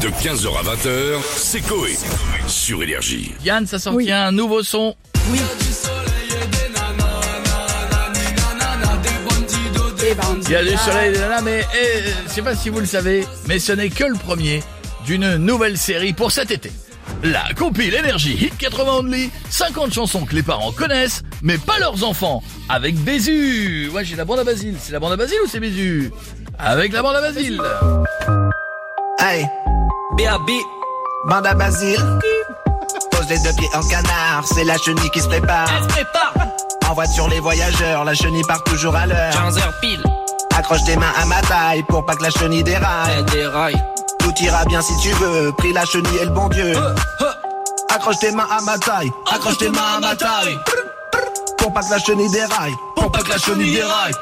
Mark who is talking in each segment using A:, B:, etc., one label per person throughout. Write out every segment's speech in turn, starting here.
A: De 15h à 20h, c'est Coé. Sur Énergie.
B: Yann, ça sortit un nouveau son. Il y a du soleil là, mais eh, je sais pas si vous le savez, mais ce n'est que le premier d'une nouvelle série pour cet été. La compile énergie Hit 80 Only, 50 chansons que les parents connaissent, mais pas leurs enfants, avec Bézu. Ouais, j'ai la bande à Basile. C'est la bande à Basile ou c'est Bézu Avec la bande à Basile.
C: Hey, B.A.B. Bande à Basile. Pose les deux pieds en canard, c'est la chenille qui se prépare. En voiture, les voyageurs, la chenille part toujours à l'heure.
D: 15h pile,
C: Accroche tes mains à ma taille pour pas que la chenille déraille.
D: elle déraille.
C: Tout ira bien si tu veux, prie la chenille et le bon Dieu. Accroche tes mains à ma taille, accroche tes mains à ma taille. Pour pas que la chenille déraille, pour pas que la chenille déraille.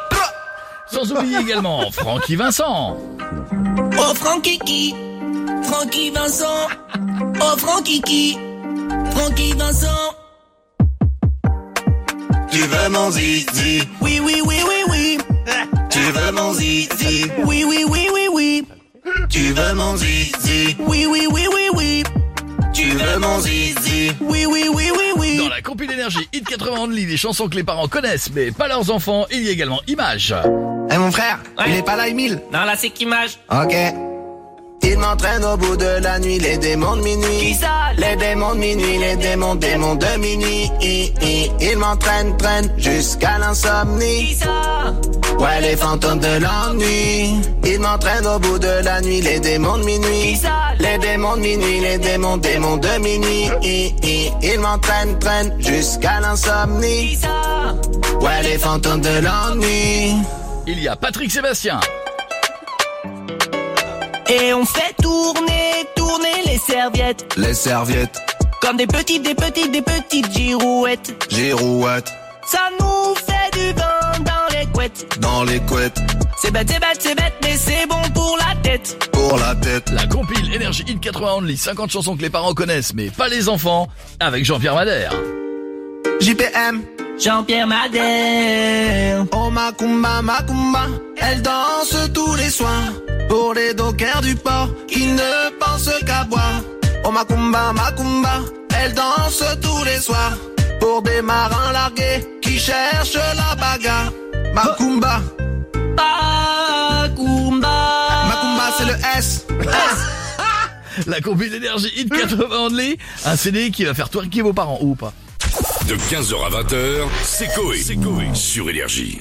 B: Sans oublier également Francky Vincent.
E: Oh Francky, Francky Vincent. Oh Francky, Francky Vincent.
C: Tu veux mon zizi,
E: Oui, oui, oui, oui, oui.
C: tu veux mon zizi,
E: Oui, oui, oui, oui, oui.
C: tu veux mon zizi,
E: Oui, oui, oui, oui, oui.
C: tu veux mon zizi.
E: Oui, oui, oui, oui,
B: Dans
E: oui.
B: la compile énergie Hit 80 Only, les chansons que les parents connaissent, mais pas leurs enfants, il y a également Images.
C: Eh mon frère, il est pas là Emile
D: Dans la sec image,
C: Ok. Il m'entraîne au bout de la nuit, les démons de minuit.
D: Qui ça
C: Les démons de minuit, les démons, démons de minuit. I, i. Il m'entraîne, traîne jusqu'à l'insomnie.
D: ça
C: Ouais, les fantômes de l'ennui. Il m'entraîne au bout de la nuit, les démons de minuit.
D: Qui ça
C: Les démons de minuit, les démons, démons de minuit. I, i. Il m'entraîne, traîne jusqu'à l'insomnie.
D: ça
C: Ouais, les fantômes de l'ennui.
B: Il y a Patrick Sébastien.
E: Et on fait tourner, tourner les serviettes.
C: Les serviettes,
E: Comme des petites, des petites, des petites girouettes.
C: girouettes,
E: Ça nous fait du vin dans les couettes.
C: dans les couettes,
E: C'est bête, c'est bête, c'est bête, mais c'est bon pour la tête.
C: pour la tête.
B: La compile Énergie Hit 80 Only, 50 chansons que les parents connaissent, mais pas les enfants, avec Jean-Pierre Madère.
C: JPM,
E: Jean-Pierre Madère.
C: oh Macumba, Macumba, elle danse tous les soirs pour les dockers du port qui ne pensent qu'à boire. Oh Macumba, Macumba, elle danse tous les soirs pour des marins largués qui cherchent la bagarre. Macumba,
E: Macumba.
C: Macumba c'est le S.
B: La compile Énergie Hit 80 Only, un CD qui va faire twerker vos parents, ou pas.
A: De 15h à 20h, c'est Coé. Sur Énergie.